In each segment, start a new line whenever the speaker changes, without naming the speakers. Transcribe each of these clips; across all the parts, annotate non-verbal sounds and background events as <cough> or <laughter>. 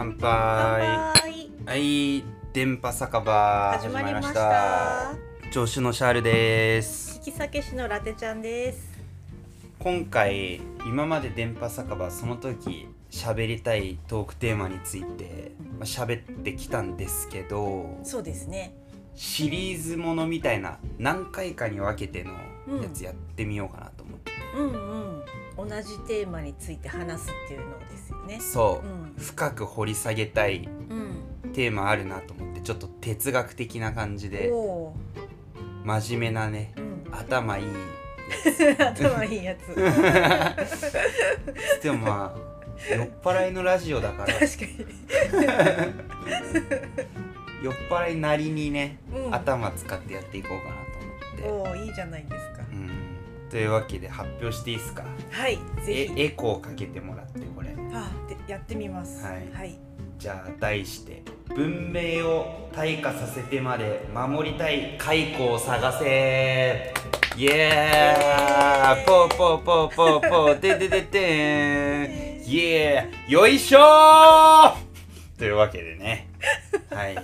杯
乾杯
はい電波酒場
始まりました
助手のシャールです
引き酒師のラテちゃんです
今回今まで電波酒場その時喋りたいトークテーマについてまあ喋ってきたんですけど
そうですね
シリーズものみたいな何回かに分けてのやつやってみようかなと思って、
うんうん同じテーマについて話すっていうのですよね
そうう、
ん
深く掘り下げたい
うん
テーマあるなと思ってちょっと哲学的な感じで
おお
真面目なね
ー、 <laughs> うん、
頭いい
頭いいやつ確
でもまあ酔っ払いのラジオだ
<laughs>
から
か
酔っ払いなりにね、
に、うん、
頭使ってやっていこうかなと思って、
おおいいじゃないですか
うん、というわけで発表していいですか
はいぜ
え
ひ
エコーかけてもらってこれ
あでやってみます
はい
はい、
じゃあ題して「文明を退化させてまで守りたい解雇を探せ」イエーイポーポーポーポーポーででででーんイエーイよいしょーというわけでねはい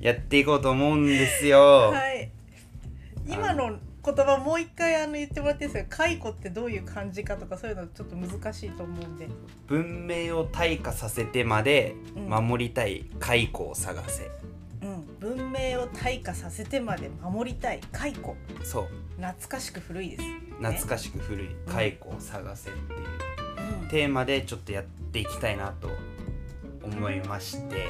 やっていこうと思うんですよ、
はい、今の言葉もう一回あの言ってもらっていいですか解雇ってどういう感じかとかそういうのちょっと難しいと思うんで
文明を退化させてまで守りたい解雇を探せ、
うん、文明を退化させてまで守りたい解雇
そう
懐かしく古いです、
懐かしく古い解雇を探せっていう
うん
テーマでちょっとやっていきたいなと思いまして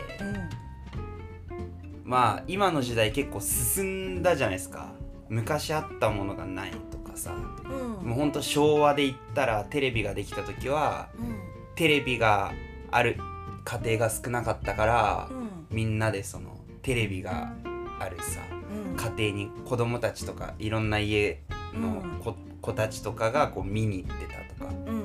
まあ今の時代結構進んだじゃないですか昔あったものがないとかさ
うんうん
もうほんと昭和で言ったらテレビができた時は
うん
テレビがある家庭が少なかったから
うん
みんなでそのテレビがあるさ
うん
家庭に子供たちとかいろんな家の子,、子たちとかがこう見に行ってたとか
うん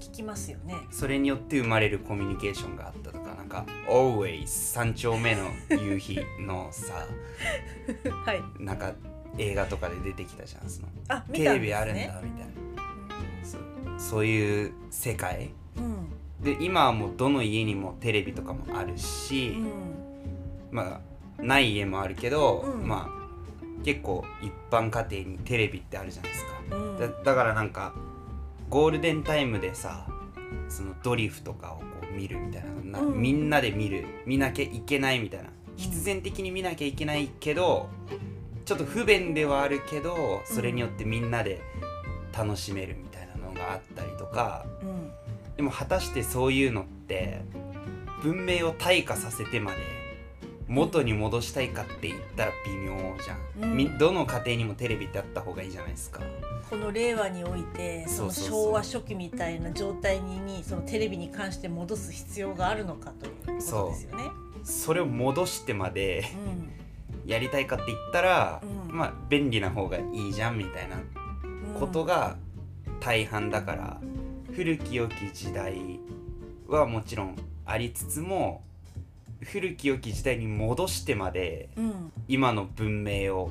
聞きますよね
それによって生まれるコミュニケーションがあったとかなんか「Always」三丁目の夕日のさ <laughs>
はい
なんか映画とかで出てきたじゃんその
あ見
テ
た
レ
んですね
ビあるんだみたいなそうそういう世界
うん
で今はもうどの家にもテレビとかもある
う
し、
ん
まあない家もあるけど、
うん
まあ結構一般家庭にテレビってあるじゃないですか。
うん
だだからなんかゴールデンタイムでさそのドリフとかをこう見るみたいなな、
うん
みんなで見る見なきゃいけないみたいな必然的に見なきゃいけないけどちょっと不便ではあるけどそれによってみんなで楽しめるみたいなのがあったりとか
うん
でも果たしてそういうのって文明を退化させてまで元に戻したいかって言ったら微妙じゃん、
うん
みどの家庭にもテレビってあった方がいいじゃないですか。
この令和においてそ
そ
の
うそうそう
昭和初期みたいな状態にそのテレビに関して戻す必要があるのかということですよね。
それを戻してまで <laughs>
うん
やりたいかって言ったら、
うん
まあ便利な方がいいじゃんみたいな
うん
ことが大半だから、古き良き時代はもちろんありつつも古き良き時代に戻してまで
うん
今の文明を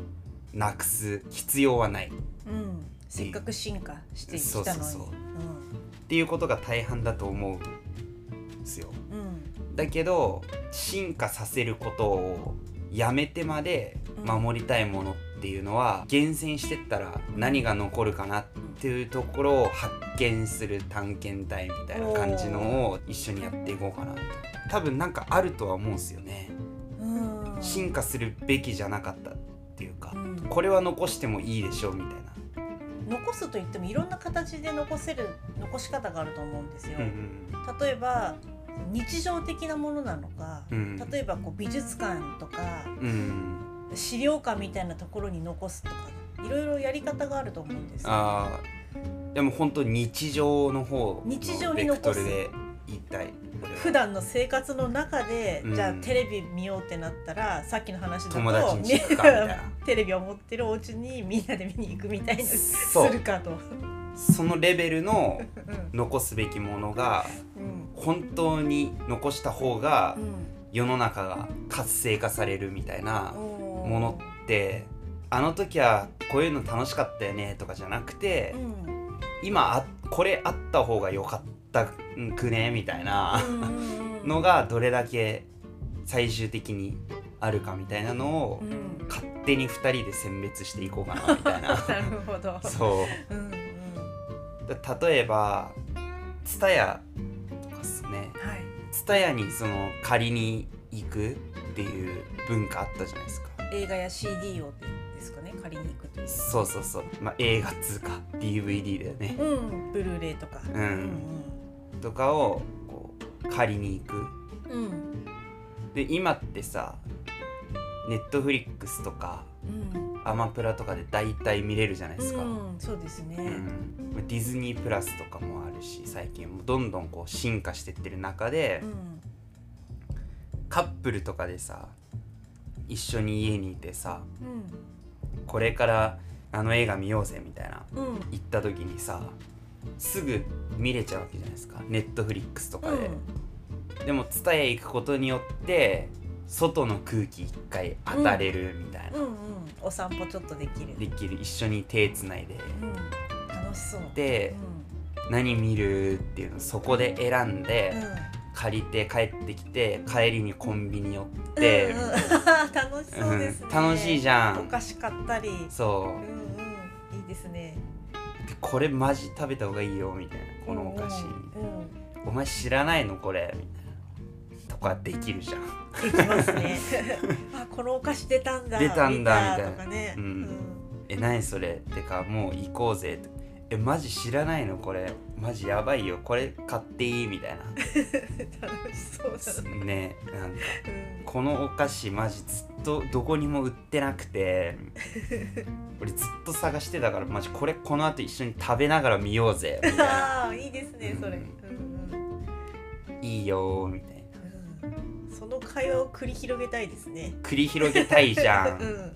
なくす必要はないっ
うん、せっかく進化してき
そう
た
そう
のに
そうていうことが大半だと思うんですよ。
うんうん
だけど進化させることをやめてまで守りたいものっていうのは厳選してったら何が残るかなっていうところを発見する探検隊みたいな感じのを一緒にやっていこうかなと多分なんかあるとは思うんですよね
うんうん
進化するべきじゃなかったっていうか
うん
これは残してもいいでしょうみたいな、
残すといってもいろんな形で残せる残し方があると思うんですよ。
うん
例えば日常的なものなのか、
うん
例えばこう美術館とか
うんうん、
資料館みたいなところに残すとかいろいろやり方があると思うんですよ。
あーでも本当日常の方
日常
の
に
ベ
残
ク
す
トルで言いたいこれは
普段の生活の中で、
うん
じゃあテレビ見ようってなったらさっきの話だと
友達ん家行くかみたいな
<laughs> テレビを持ってるお家にみんなで見に行くみたいなす
そう
るかと。
そのレベルの
うん
残すべきものが
うん
本当に残した方が
うん
世の中が活性化されるみたいな
おー
ものってあの時はこういうの楽しかったよねとかじゃなくて
うん
今あこれあった方が良かったんくねみたいな
うんうんうん
のがどれだけ最終的にあるかみたいなのを
うん
勝手に2人で選別していこうかなみたい <laughs>
なる
な
ほど、
そう
んうん、
うだ例えば TSUTAYA とかっすね
はい
TSUTAYA にその借りに行くっていう文化あったじゃないですか
映画や CD をですかね借りに行くという
そうそうそう、まあ、映画っつうか DVD だよね
うんブルーレイとか
うんとかをこう借りに行く
うんうんうん
で今ってさネットフリックスとか
うん
アマプラとかで大体見れるじゃないですか、
うんそうですね、
うんディズニープラスとかもあるし最近もうどんどんこう進化してってる中で、
うん
カップルとかでさ一緒に家にいてさ
うん
これからあの映画見ようぜみたいな
うんうん
行った時にさすぐ見れちゃうわけじゃないですかネットフリックスとかで、でも蔦屋行くことによって外の空気一回当たれるみたいな、
うんうんお散歩ちょっとできる
できる一緒に手つないで
うん楽しそう
で何見るっていうのそこで選んで、
うんうん
借りて帰ってきて帰りにコンビニ寄って、
うんうん、楽しそうです
う
ね、
ん楽しいじゃ
お
ん
菓子買ったり
そ
うんうんいいですね
うでこれマジ食べた方がいいよみたいなこのお菓子、
うんうん
お前知らないのこれみたいなとかできるじゃん
できますね <laughs> あこのお菓子出たんだ
出たんだ
見
み
と
た
かね
うんえ何それってかもう行こうぜってえマジ知らないのこれマジやばいよこれ買っていいみたいな
<laughs> 楽しそうだな、
ねなんか
うん
このお菓子マジずっとどこにも売ってなくて俺ずっと探してたからマジこれこの後一緒に食べながら見ようぜみたいな
ああいいですねそれ、
う
うんんうん
いいよーみたいな
うん、その会話を繰り広げたいですね
繰り広げたいじゃ
うんん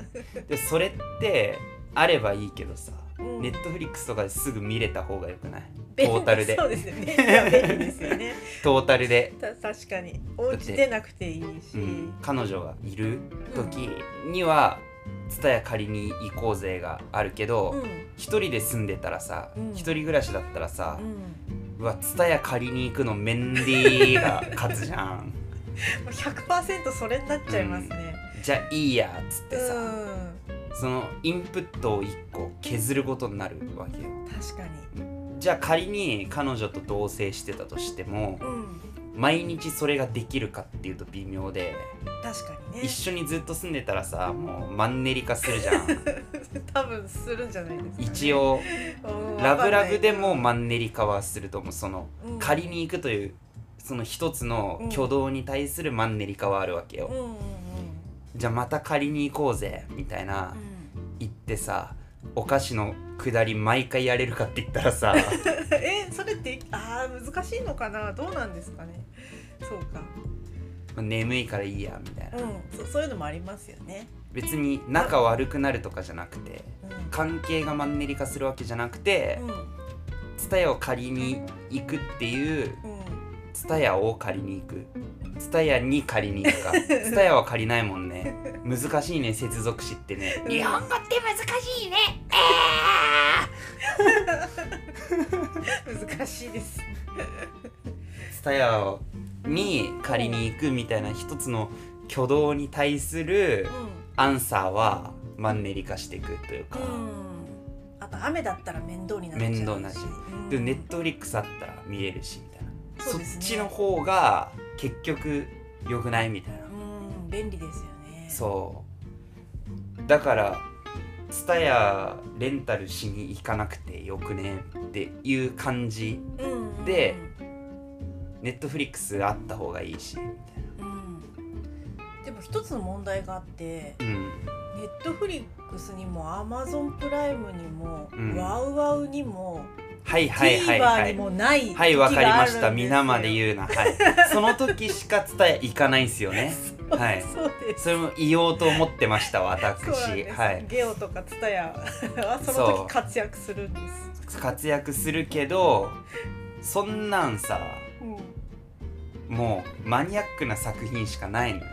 でそれってあればいいけどさ
うん
ネットフリックスとかですぐ見れた方がよくないト
便利
ータルで
そうですね便利は便利ですよ
<laughs>
ね
トータルで、
た確かにお家でなくていい
う
し、
ん、彼女がいる時には「蔦屋借りに行こうぜ」があるけ
うん
ど一、人で住んでたらさ
うん
一人暮らしだったらさ
う、ん、
うわ蔦屋借りに行くのメンディーが勝つじゃ
<laughs>
ん
もう100%それになっちゃいますね、
じゃあいいやっつって
う
さ、
ん、
そのインプットを1個削ることになるわけよ
確かに
じゃあ仮に彼女と同棲してたとしても
うん
毎日それができるかっていうと微妙で
確かにね
一緒にずっと住んでたらさもうマンネリ化するじ
<laughs>
ゃん
多分するんじゃないですかね、
一応
うん
ラブラブでもマンネリ化はすると思うその
うん
借りに行くというその一つの挙動に対するマンネリ化はあるわけよ、
うんうんうん
じゃあまた借りに行こうぜみたいな
うん
言ってさお菓子のくだり毎回やれるかって言ったら
<laughs>
さ
えそれってあー難しいのかなどうなんですかねそうか
まあ眠いからいいやみたいな
うんそそういうのもありますよね、
別に仲悪くなるとかじゃなくて
うん
関係がマンネリ化するわけじゃなくて
うん
蔦屋を借りに行くっていう
うん、
蔦屋を借りに行く蔦屋に借りに <laughs> 行くか蔦屋は借りないもんね難しいね接続詞ってね
うん
日本語って難しいね
難しいです
蔦屋に借りに行くみたいな一つの挙動に対する
う
アンサーはマンネリ化していくというか、
ん、うん、あと雨だったら面倒になっちゃうし
面倒になっちゃ
うん
でもネットフリックスあったら見れるしみたいな
そ
そ,、
うです
っ
ね
ちの方が結局良くないみたいな、
うん便利ですよね
そうだからツタヤレンタルしに行かなくてよくねっていう感じ
う、うんうん、
でネットフリックスあった方がいいしみたい
うん、でも一つの問題があって
なうん
ネットフリックスにもアマゾンプライムにも、
うん
ワウワウにも、
はいはいはいは
TVer に
い
もない時
はいわかりました皆
皆
まで
う
言うな
<laughs>
はいその時しかツタヤ行かないんすよねはい
そうです
それも言おうと思ってました私
そうなんです、
はい
ゲオとかツタヤはその時活躍するんです
活躍するけどそんなんさ
うん
もうマニアックな作品しかないのよ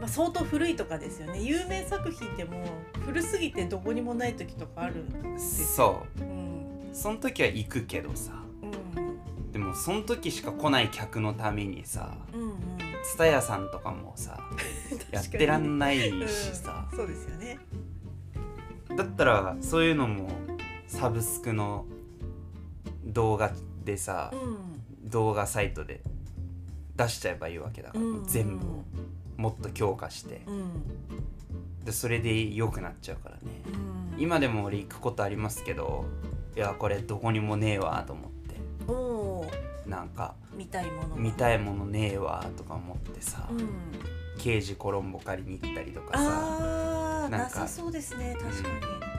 まあ、相当古いとかですよね有名作品でも古すぎてどこにもない時とかある
そ
うん
うその時は行くけどさ
うん
でもその時しか来ない客のためにさ
うんうん
蔦屋さんとかもさやってらんないしさ、
そうですよね
だったらそういうのもサブスクの動画でさ、
う
動画サイトで出しちゃえばいいわけだから、
ん
全部をもっと強化して
うんうん
でそれで良くなっちゃうからね今でも俺行くことありますけどいやこれどこにもねえわと思って
おお
なんか
見たいもの
見
い
たいものねえわとか思ってさ、
うん
刑事コロンボ借りに行ったりとかさ
あー
なんか
なさそうですね確か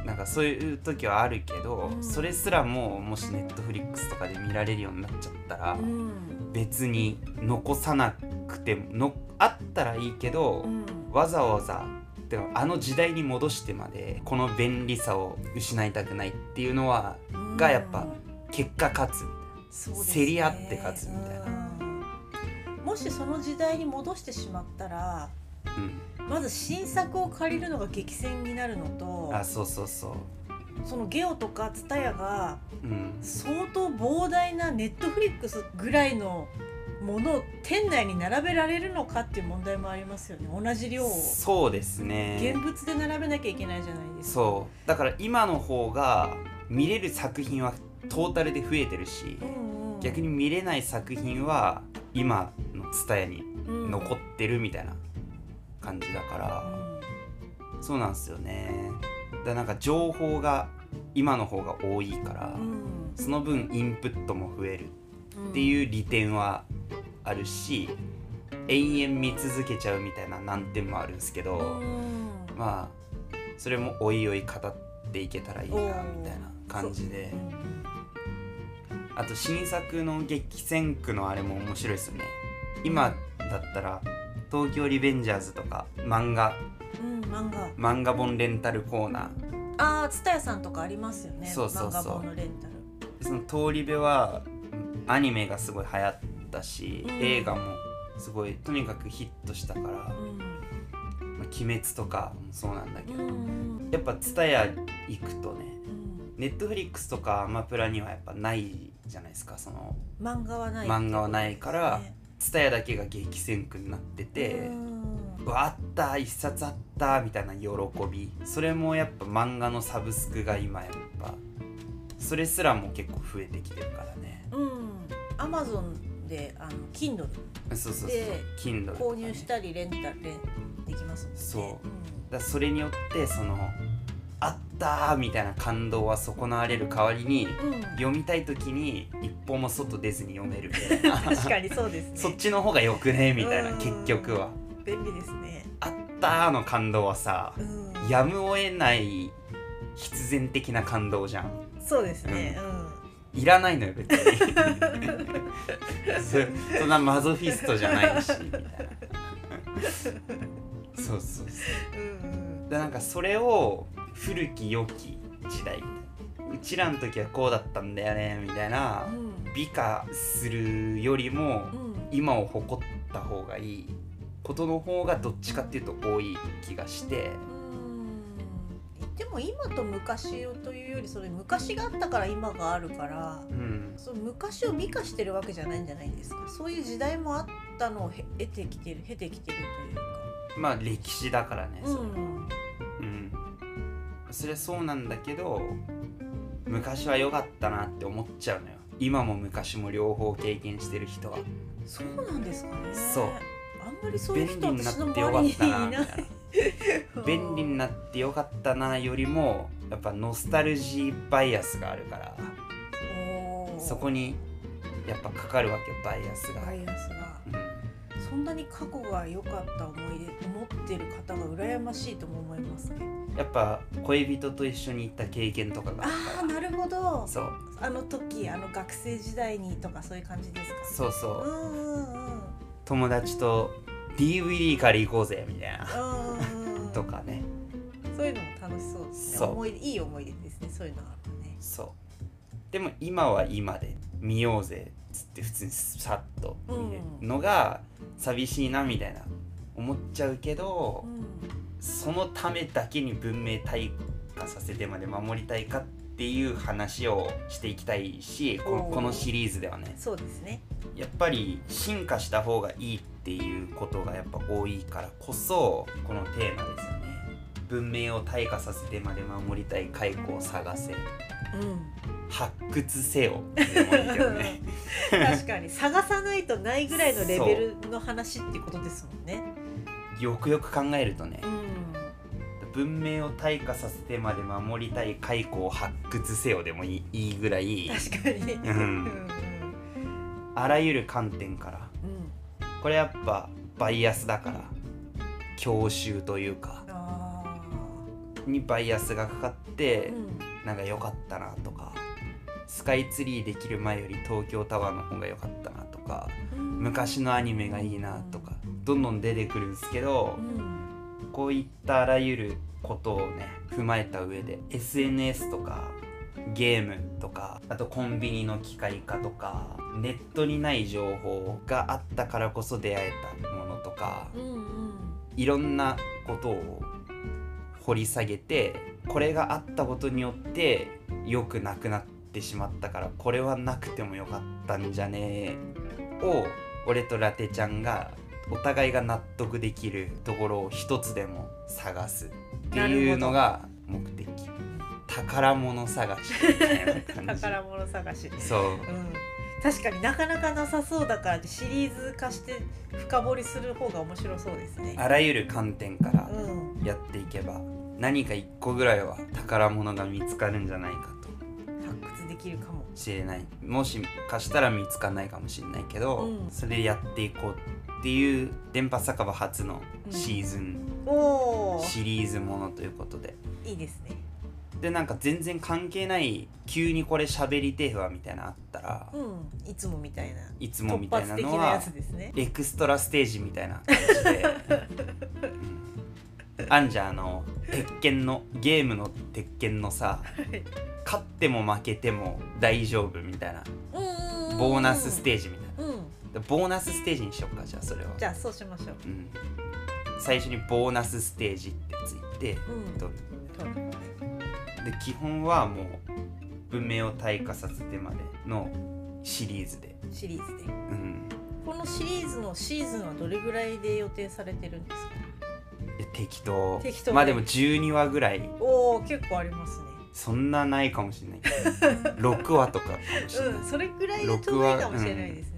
に
なんかそういう時はあるけど、
うん
それすらもうもしネットフリックスとかで見られるようになっちゃったら、
うん
別に残さなくてものあったらいいけど、
うん
わざわざでもあの時代に戻してまでこの便利さを失いたくないっていうのは
うん
がやっぱ結果勝つみ
そうですね
競り合って勝つみたいな
うんもしその時代に戻してしまったら
たい
まず新作を借りるのが激戦になるの
な、
と
うん、あそうそうそう
そのゲオとかツタヤが
うん
相当膨大なネットフリックスぐらいのものを店内に並べられるのかっていう問題もありますよね同じ量を
そうですね
現物で並べなきゃいけないじゃないですか
そうだから今の方が見れる作品はトータルで増えてるし
うんうん
逆に見れない作品は今の TSUTAYA に
うん
残ってるみたいな感じだからそうなんですよねだからなんか情報が今の方が多いから、
うん
その分インプットも増える
うん
っていう利点はあるし永遠見続けちゃうみたいな難点もあるんですけ
う
ど
ん
まあそれもおいおい語っていけたらいいな
お
み
ー
たいな感じで
うん
あと新作の激戦区のあれも面白いですよね今だったら「東京リベンジャーズ」とか漫画
うん漫画
漫画本レンタルコーナー
ああ蔦屋さんとかありますよね
そうそうそう
漫画本のレンタル
その通り部はアニメがすごい流行ったし、
うん
映画もすごいとにかくヒットしたから「まあ鬼滅」とかもそうなんだけ
うん
ど、
うん
やっぱ TSUTAYA 行くとね
うん
ネットフリックスとかアマプラにはやっぱないじゃないですかその
漫画はない
漫画はないから蔦屋だけが激戦区になってて
う、ん
うわあった一冊あったみたいな喜びそれもやっぱ漫画のサブスクが今やっぱそれすらも結構増えてきてるからね
うんアマゾンであの Kindle
そうそうそう
で
Kindle とかね
購入したりレンタルできますもんね
そうだからそれによってその「あった!」みたいな感動は損なわれる代わりに
ん、うん、
読みたい時に一歩も外出ずに読めるみたいな
<laughs> 確かにそうですね
そっちの方がよくねみたいな
うん
結局は
便利ですね
「あった!」の感動はさ
うん
やむを得ない必然的な感動じゃん
そうですねう
いらないのよ別にそそんなマゾフィストじゃないしみたいなそうそうそうん
うん
でなんかそれを古き良き時代うちらの時はこうだったんだよねみたいな
うん
美化するよりも
うん
今を誇った方がいいことの方がどっちかっていうと多い気がして
うんでも今と昔をというよりそれ昔があったから今があるから
うん
その昔を美化してるわけじゃないんじゃないですかそういう時代もあったのをへ得てきてる経てきてるというか
まあ歴史だからねそれ,、
ん
うん、それはそうなんだけど昔は良かったなって思っちゃうのよ今も昔も両方経験してる人は
そうなんですかね
そう
あんまりそうい
便
う人
利になっ
私の
てよか
周り
っ
にい
たな
な
みたいない便利に
な
なってよかったなよりもやっぱノスタルジーバイアスがあるからそこにやっぱかかるわけよバイアスが、
バイアスが
うん、
そんなに過去が良かった思い出持ってる方が羨ましいとも思いますね
やっぱ恋人と一緒に行った経験とかがあ
あ
る
あ
か
なるほど
らそう
あの時あの学生時代にとかそういう感じですか
そうそううん
うんうん
友達と DVD から行こうぜみたいな
うんうん
とかね
そういうのも楽しそうですね
そう
思い出いい思い出ですねそういうのがあるのね
そうでも今は今で見ようぜっつって普通にさっと見れるのが寂しいなみたいな思っちゃうけど、そのためだけに文明退化させてまで守りたいかっっていう話をしていきたいしこ
おー
このシリーズではね
そうですね
やっぱり進化した方がいいっていうことがやっぱ多いからこそこのテーマですよね文明を退化させてまで守りたい解雇を探せ
うん
発掘せよでもいいけど
<laughs>
ね
確かに探さないとないぐらいのレベルの話っていうことですもんね
よくよく考えるとね
うん
文明を退化させてまで守りたい解雇を発掘せよでもいいいいぐらい
確かに
んあらゆる観点から
うんうん
これやっぱバイアスだから教習というか
あ
にバイアスがかかっ
ー
て
うん
なんか良かったなとかスカイツリーできる前より東京タワーの方が良かったなとか昔のアニメがいいなとかどんどん出てくるんですけど
うん
こういったあらゆることをね踏まえた上で SNS とかゲームとかあとコンビニの機械化とかネットにない情報があったからこそ出会えたものとか <laughs>
うんうん
いろんなことを掘り下げてこれがあったことによって良くなくなってしまったからこれはなくてもよかったんじゃねえを俺とラテちゃんがお互いが納得できるところを一つでも探すっていうのが目的宝物探しみたいな感じ
<laughs> 宝物探し
そう
うん確かになかなかなさそうだからシリーズ化して深掘りする方が面白そうですね
あらゆる観点から
うん
やっていけば何か一個ぐらいは宝物が見つかるんじゃないかと
発掘できるかも
しれないもしかしたら見つかんないかもしれないけど、
うん
それやっていこうっていう電波酒場初のシーズン、
おお
シリーズものということで
いいですね
でなんか全然関係ない急にこれ喋りてえわみたいなのあったら、
うんいつもみたいない
つもみ
突
たい
発
な
的
の
なや
は
つですね
エクストラステージみたいな感じ
<laughs>
で、うんあんじゃんあの鉄拳のゲームの鉄拳のさ
はい
勝っても負けても大丈夫みたいなボーナスステージみたいな。
うん
ボーナスステージにしよっかじゃあそれは
じゃあそうしましょう
うん、最初にボーナスステージってついて
うん
取るで基本はもう文明を退化させてまでのシリーズで、
シリーズ
う
で
ん、
このシリーズのシーズンはどれぐらいで予定されてるんですか
で適当
適当
まあでも12話ぐらい
おお結構ありますね
そんなないかもしれないけ
<laughs>
ど6話とかかもしれない、
うんそれぐらいでちょうどいいかもしれないですね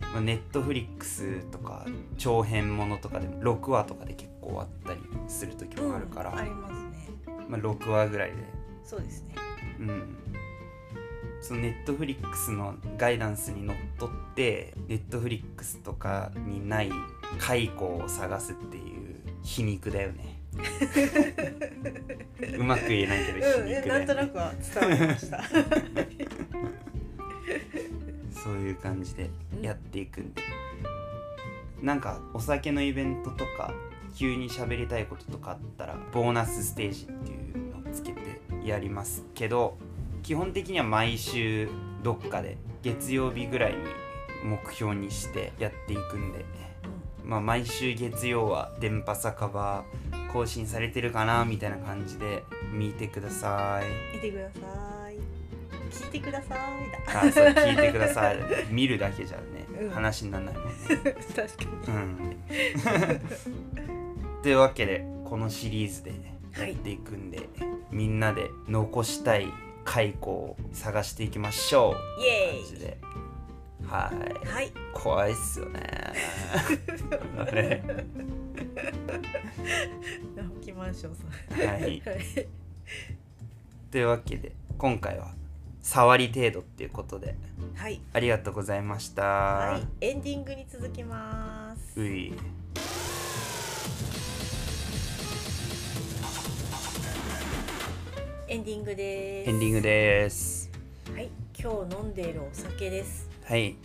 まあ、ネットフリックスとか長編ものとかでも6話とかで結構終わったりする時もあるから、
うんありますね
まあ、6話ぐらいで
そうですね
うん、そのネットフリックスのガイダンスにのっとってネットフリックスとかにない解雇を探すっていう皮肉だよね
<laughs>
うまく言えないけど皮
うん
肉
え
だ
な
よ
んとな
ね
くは伝わりま <laughs> した
そういう感じでやっていくんで、なんかお酒のイベントとか急に喋りたいこととかあったらボーナスステージっていうのをつけてやりますけど基本的には毎週どっかで月曜日ぐらいに目標にしてやっていくんで、まあ、毎週月曜は「電波酒場」更新されてるかなみたいな感じで見てください。
見てください聞いてくださいだ
あそう聞いてくだ
<laughs>
さい見るだけじゃね、
うん
話にならないもんね。
確か
うん <laughs> というわけでこのシリーズでやっていくんで、みんなで残したい解雇を探していきましょう
にイエ
感じ
ー
ではい
イはい
怖いっすよね <laughs> あれ
<laughs> 直木マンションさん
はい
はい
というわけで今回は触り程度っていうことで
はい、
ありがとうございました、
はい、エンディングに続きます
うい
エンディングです
エンディングです
はい、今日飲んでいるお酒です
はい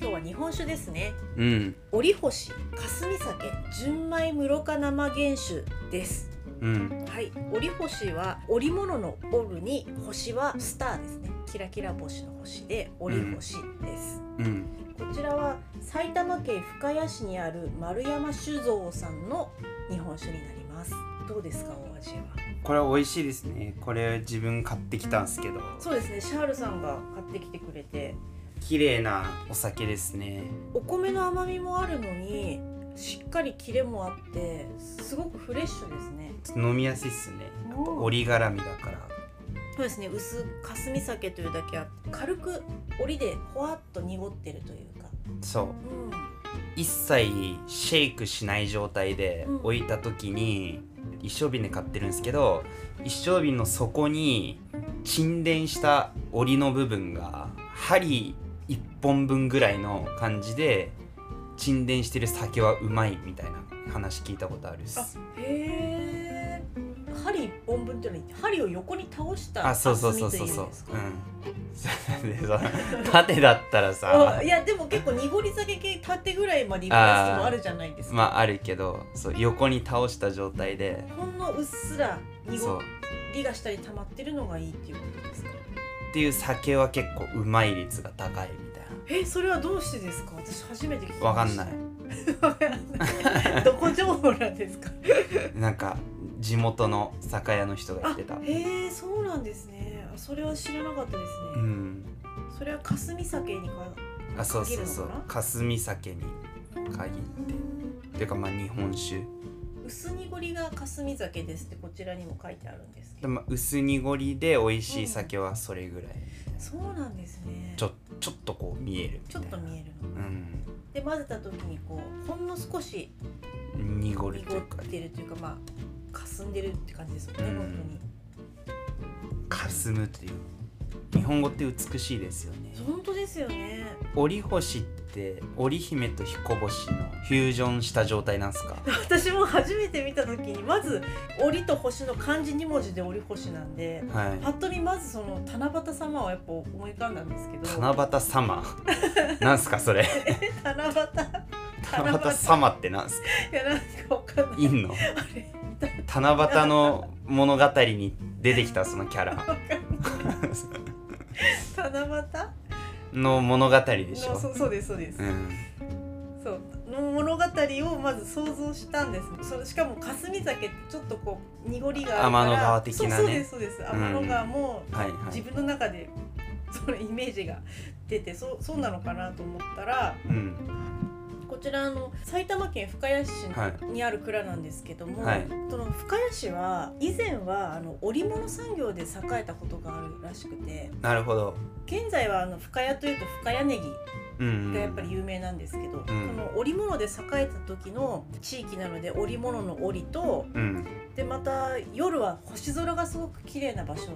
今日は日本酒ですね
うん
折星霞酒純米室賀生原酒です
うん
はい、折星は織物の折に星はスターですねキラキラ星の星で折星です、
うん
こちらは埼玉県深谷市にある丸山酒造さんの日本酒になりますどうですかお味は
これ美味しいですねこれ自分買ってきたんですけど
そうですねシャールさんが買ってきてくれて
綺麗なお酒ですね
お米の甘みもあるのにしっかりキレもあってすごくフレッシュですね
飲みやすいっすねやっぱ折り絡みだから
そうですね薄霞酒というだけあって軽く折でほわっと濁ってるというか、
そう一切シェイクしない状態で
うん
置いた時に、一升瓶で買ってるんですけど一升瓶の底に沈殿した檻の部分が針1本分ぐらいの感じで沈殿してる酒はうまいみたいな話聞いたことあるっす
あへえ針一本分というのは針を横に倒した
あそうそうそうそう
厚みとい
そ
ん
う
ですか
うんでその <laughs> 縦だったらさ
あいやでも結構濁り酒系縦ぐらいまで濁らすのもあるじゃないですか、
まああるけどそう横に倒した状態で
ほんのうっすら
そう
濁りが下に溜まってるのがいいっていうことですか
っていう酒は結構うまい率が高いみたい
えそれはどうしてですか私初めて聞きました
なわかんない
<laughs> どこ情報なんですか
なんか地元の酒屋の人が言ってた
あへえそうなんですねあそれは知らなかったです
う
ね、
ん
それは霞酒にか
あそうそうそう
限るのかな
霞酒に限ってっていうかまあ日本酒
薄濁りが霞酒ですってこちらにも書いてあるんですけ
で
ど
もまあ薄濁りで美味しい酒はそれぐらい、
そうなんですね
ちょちょっとこう見えるみ
ち
た
ょ
い
っ
な
と見えるの
うん
で混ぜた時にこうほんの少し
濁ると
濁
い
っ
うか
てるというかまあ霞んでるって感じですよね、
うん
本
霞むという日本語って美しいですよね
当に本当ですよね
織星って織姫と彦星のフュージョンした状態なんす
<laughs>
か
私も初めて見た時にまず「折」と「星」の漢字2文字で「折星」なんで
はい
ぱっと見まずその七夕様はやっぱ思い浮かんだんですけど
七夕様
<laughs>
なんすかそれ
七夕
七夕様ってなんすか
いやなんかわかんない
いんの
あれ
七夕の物語に出てきたそのキャラ
七
の物語で
夕
し
の
ょ
そうそうですそうです、
うん
そうの物語をまず想像したんですそれしかも霞酒ってちょっとこう濁りがあるか
天
ら
の川的なね
そうそうですそうです天の川も
はいは
自
い
分の中でそのイメージが出てそうそうなのかなと思ったら
うん
こちらあの埼玉県深谷市
は
にある蔵なんですけども、
はい
その深谷市は以前はあの織物産業で栄えたことがあるらしくて
なるほど
現在はあの深谷というと深谷ネギ
うんうん
がやっぱり有名なんですけど、こ
ん
の織物で栄えた時の地域なので織物の織と
うん
でまた夜は星空がすごく綺麗な場所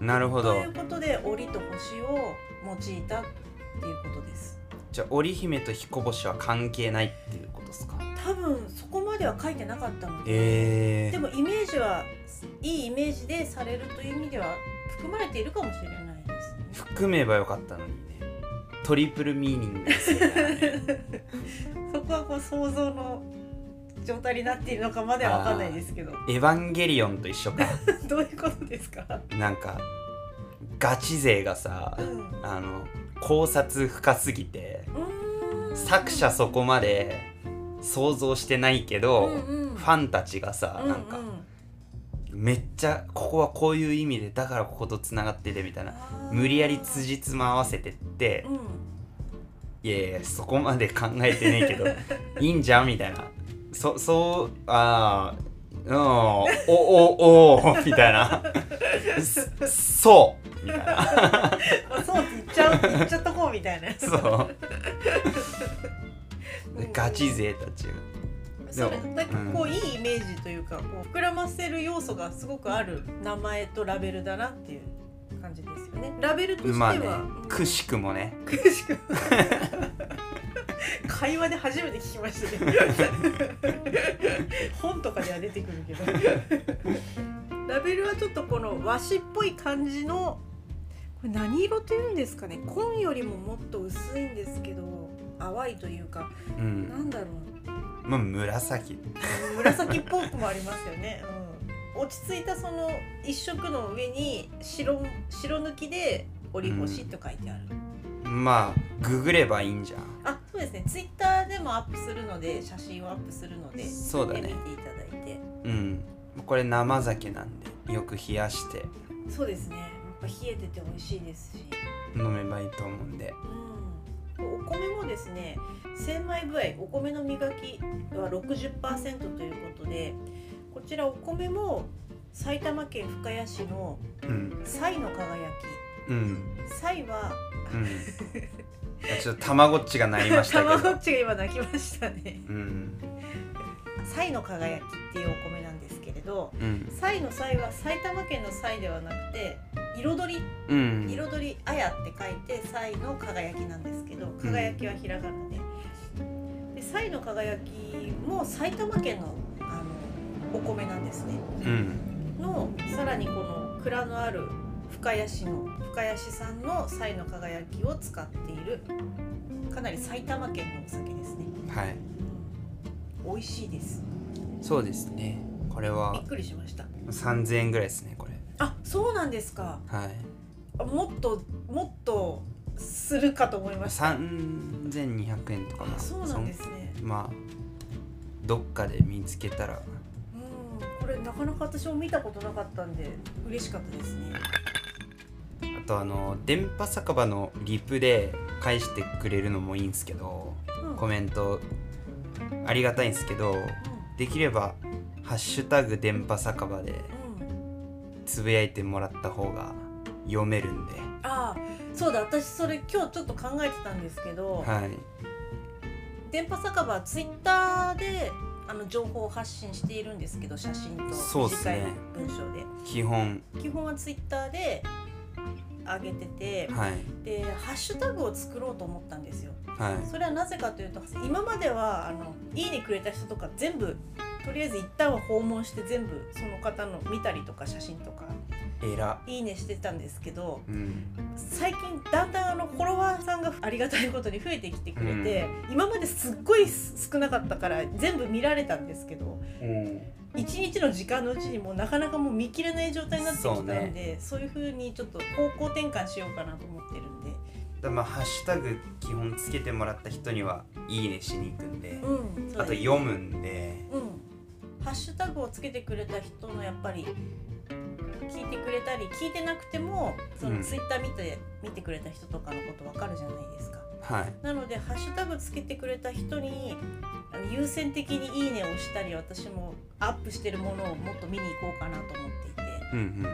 なるほど
ということで織と星を用いたっていうことです
じゃあ織姫と彦星は関係ないっていうことですか
多分そこまでは書いてなかったので、
え
で
ー、
もイメージはいいイメージでされるという意味では含まれているかもしれないですね
含めばよかったのにねトリプルミーニングですよね
そこはこう想像の状態になっているのかまでは分かんないですけど
エヴァンゲリオンと一緒か
どういうことですか、
なんかガチ勢がさ
うん、う
あの考察深すぎて
ーん
作者そこまで想像してないけど、
うんうん
ファンたちがさ、
うんうん
なんかめっちゃここはこういう意味でだからこことつながっててみたいな
あー
無理やり辻褄合わせてって
うん
いやいやそこまで考えてねえけ
<laughs>
どいいんじゃんみたいなそそうああうん、おおおみたい
<laughs>
なそそうみたいな
まあそうって言っちゃう言っちゃっとこうみたいな
そう
うんうん
ガチ勢たちが
そうねなんかこういいイメージというかこう膨らませる要素がすごくある名前とラベルだなっていう感じですよねラベルとしては、
まあねくしくもね
くしく会話で初めて聞きましたね <laughs> 本とかでは出てくるけど <laughs> ラベルはちょっとこの和紙っぽい感じのこれ何色というんですかね紺よりももっと薄いんですけど淡いというか
う
なんんだろう
まあ紫
紫っぽくもありますよね。うん、落ち着いたその一色の上に白白抜きで折り星と書いてある。
まあググればいいんじゃん
あ、そうですね。ツイッターでもアップするので写真をアップするので
そうだね
見ていただいて。
うんこれ生酒なんでよく冷やして
そうですねやっぱ冷えてて美味しいですし、
飲めばいいと思うんで
うん、お米もですね精米具合お米の磨きは60%ということでこちらお米も埼玉県深谷市の
うん
彩の輝 <laughs>
うん
き彩は
うんいやちょっとたまごっちが鳴りました
たま
け
ご
ど
っ <laughs> ちが今泣きましたね
うん
彩の輝きっていうお米なんですけれど
うん
彩の彩は埼玉県の彩ではなくて彩り
うん
彩り「あや」って書いて「彩の輝き」なんですけど輝きはひらがなで「で彩の輝き」も埼玉県のあのお米なんですね
うん
のさらにこの蔵のある深谷市の深谷市産の彩の輝きを使っているかなり埼玉県のお酒ですね、
はい
うん、美味しいです
そうですねこれ
び
は
っくりしました
3000円ぐらいですねこれ
あそうなんですか
はい
あもっともっとするかと思いました
3200円とか
あそうなんですね
そんまあどっかで見つけたら
うん、これなかなか私も見たことなかったんで嬉しかったですね。
あとあの電波酒場のリプで返してくれるのもいいんですけど
うん、
コメントありがたいんですけどできれば「ハッシュタグ電波酒場」で
うん、うん、
つぶやいてもらった方が読めるんで
ああ、そうだ。私それ今日ちょっと考えてたんですけど、
はい
電波酒場ツイッターであの情報を発信しているんですけど、写真と
そうっす
短い
ね
文章で、
基本
基本はツイッターで上げてて、
はい
でハッシュタグを作ろうと思ったんですよ。
はい
それはなぜかというと今まではあのいいねくれた人とか全部とりあえず一旦は訪問して全部その方の見たりとか写真とか
えら
いいねしてたんですけど
うん
最近だんだんあのフォロワーさんがありがたいことに増えてきてくれて、今まですっごい少なかったから全部見られたんですけど一日の時間のうちにもうなかなかもう見切れない状態になってきたんで
そ
そうう,、いうふうにちょっと方向転換しようかなと思ってるんで、
だまあハッシュタグ基本つけてもらった人には「いいね」しに行くんで、
うん、そう
あと
です
読むんで
うん、ハッシュタグをつけてくれた人のやっぱり聞いてくれたり聞いてなくてもそ
うん
のツイッター見て、見てくれた人とかのことわかるじゃないですか。
はい
なのでハッシュタグつけてくれた人にあの優先的に「いいね」をしたり私もアップしてるものをもっと見に行こうかなと思ってい
うんうん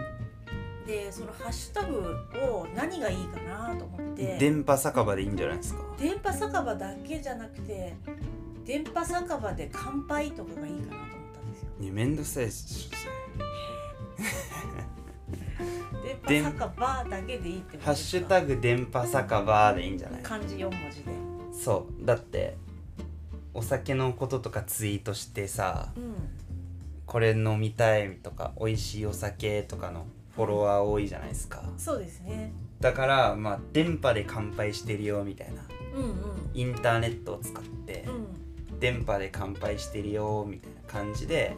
てでそのハッシュタグを何がいいかなと思って
電波酒場でいいんじゃないですか
電波酒場だけじゃなくて電波酒場で乾杯とかがいいかなと思ったんですよ。
ねめんどくさいです
電
電
波酒場だけでいいってことですか
ハッシュタグ電波酒場でいいんじゃない
漢字4文字で
そうだってお酒のこととかツイートしてさ
うん
これ飲みたいとか美味しいお酒とかのフォロワー多いじゃないですか
そうですね
だからまあ電波で乾杯してるよみたいな
うんうん
インターネットを使って
うん
電波で乾杯してるよみたいな感じで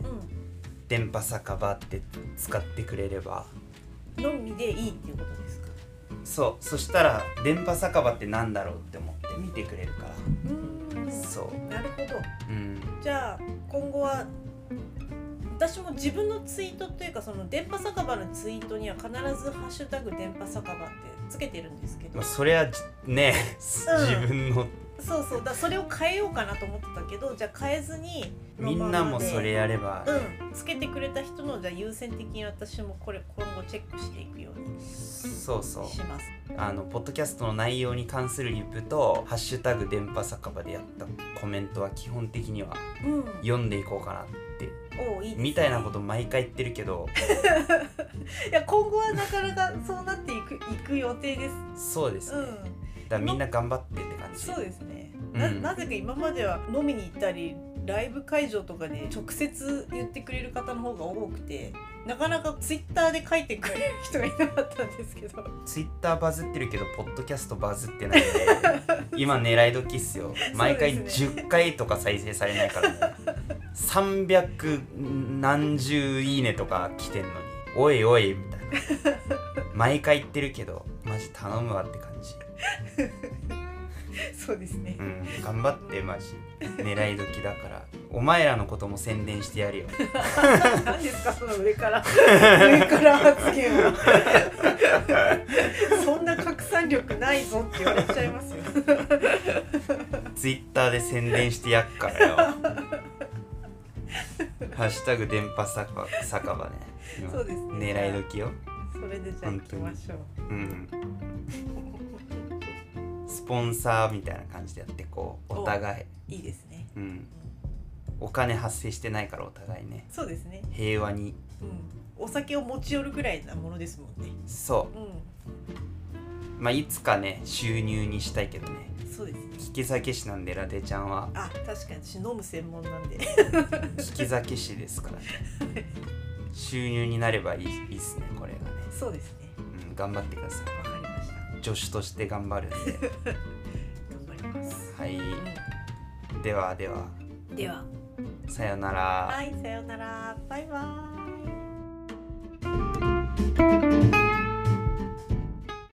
電波酒場って使ってくれれば
うんのみでいいっていうことですか
そうそしたら電波酒場ってなんだろうって思って見てくれるから
うん
そ
なるほど
ううん
じゃあ今後は私も自分のツイートというかその電波酒場のツイートには必ず「ハッシュタグ電波酒場」ってつけてるんですけど
まあそれはじね自分の
そうそうだそれを変えようかなと思ってたけどじゃあ変えずに
みんなもそれやれば
うんつけてくれた人のじゃあ優先的に私もこれ今後チェックしていくように
そうそう
します
あのポッドキャストの内容に関するリプと「ハッシュタグ電波酒場」でやったコメントは基本的には
うん
読んでいこうかな
おいいですね
みたいなこと毎回言ってるけど
いや今後はなかなかそうなっていくいく予定です。
そうです
う
ね、
ん
だ、からみんな頑張ってって感じ
そうですね。
うん
ななぜか今までは飲みに行ったりライブ会場とかで直接言ってくれる方の方が多くて、なかなかツイッターで書いてくれる人がいなかったんですけど。
ツイッターバズってるけどポッドキャストバズって
<laughs>
ないんで今狙い時っすよ毎回
そうです
10回とか再生されないからね300何十いいねとか来てんのにおいおいみたい
<laughs>
な毎回言ってるけどマジ頼むわって感じ
そうですね
う。ん頑張ってマジ狙い時だからお前らのことも宣伝してやるよ
何ですかその上から上から発言 <laughs> は。そんな拡散力ないぞって言われちゃいますよ。
ツイッターで宣伝してやっからよ「ハッシュタグ電波酒場酒場ね」今
そうですね
狙い時よ
それでじゃあ行きましょう。
うんスポンサーみたいな感じでやってこうお互い、
いいですね。
うん、お金発生してないからお互いね
そうですね。
平和に
うん。お酒を持ち寄るぐらいなものですもんね。
そううまあいつかね収入にしたいけどね
ん。そうですね。
利き酒師なんでラテちゃんは
あ、確かに私飲む専門なんで。
利き酒師ですからね収入になればいいいいっすねこれがね、
<laughs> そうですね。
うん、頑張ってください
わかりました。 <laughs>
助手として頑張るんで
頑張ります。
はいではでは
うんでは、
さよなら
はい、さようなら。バイバイ。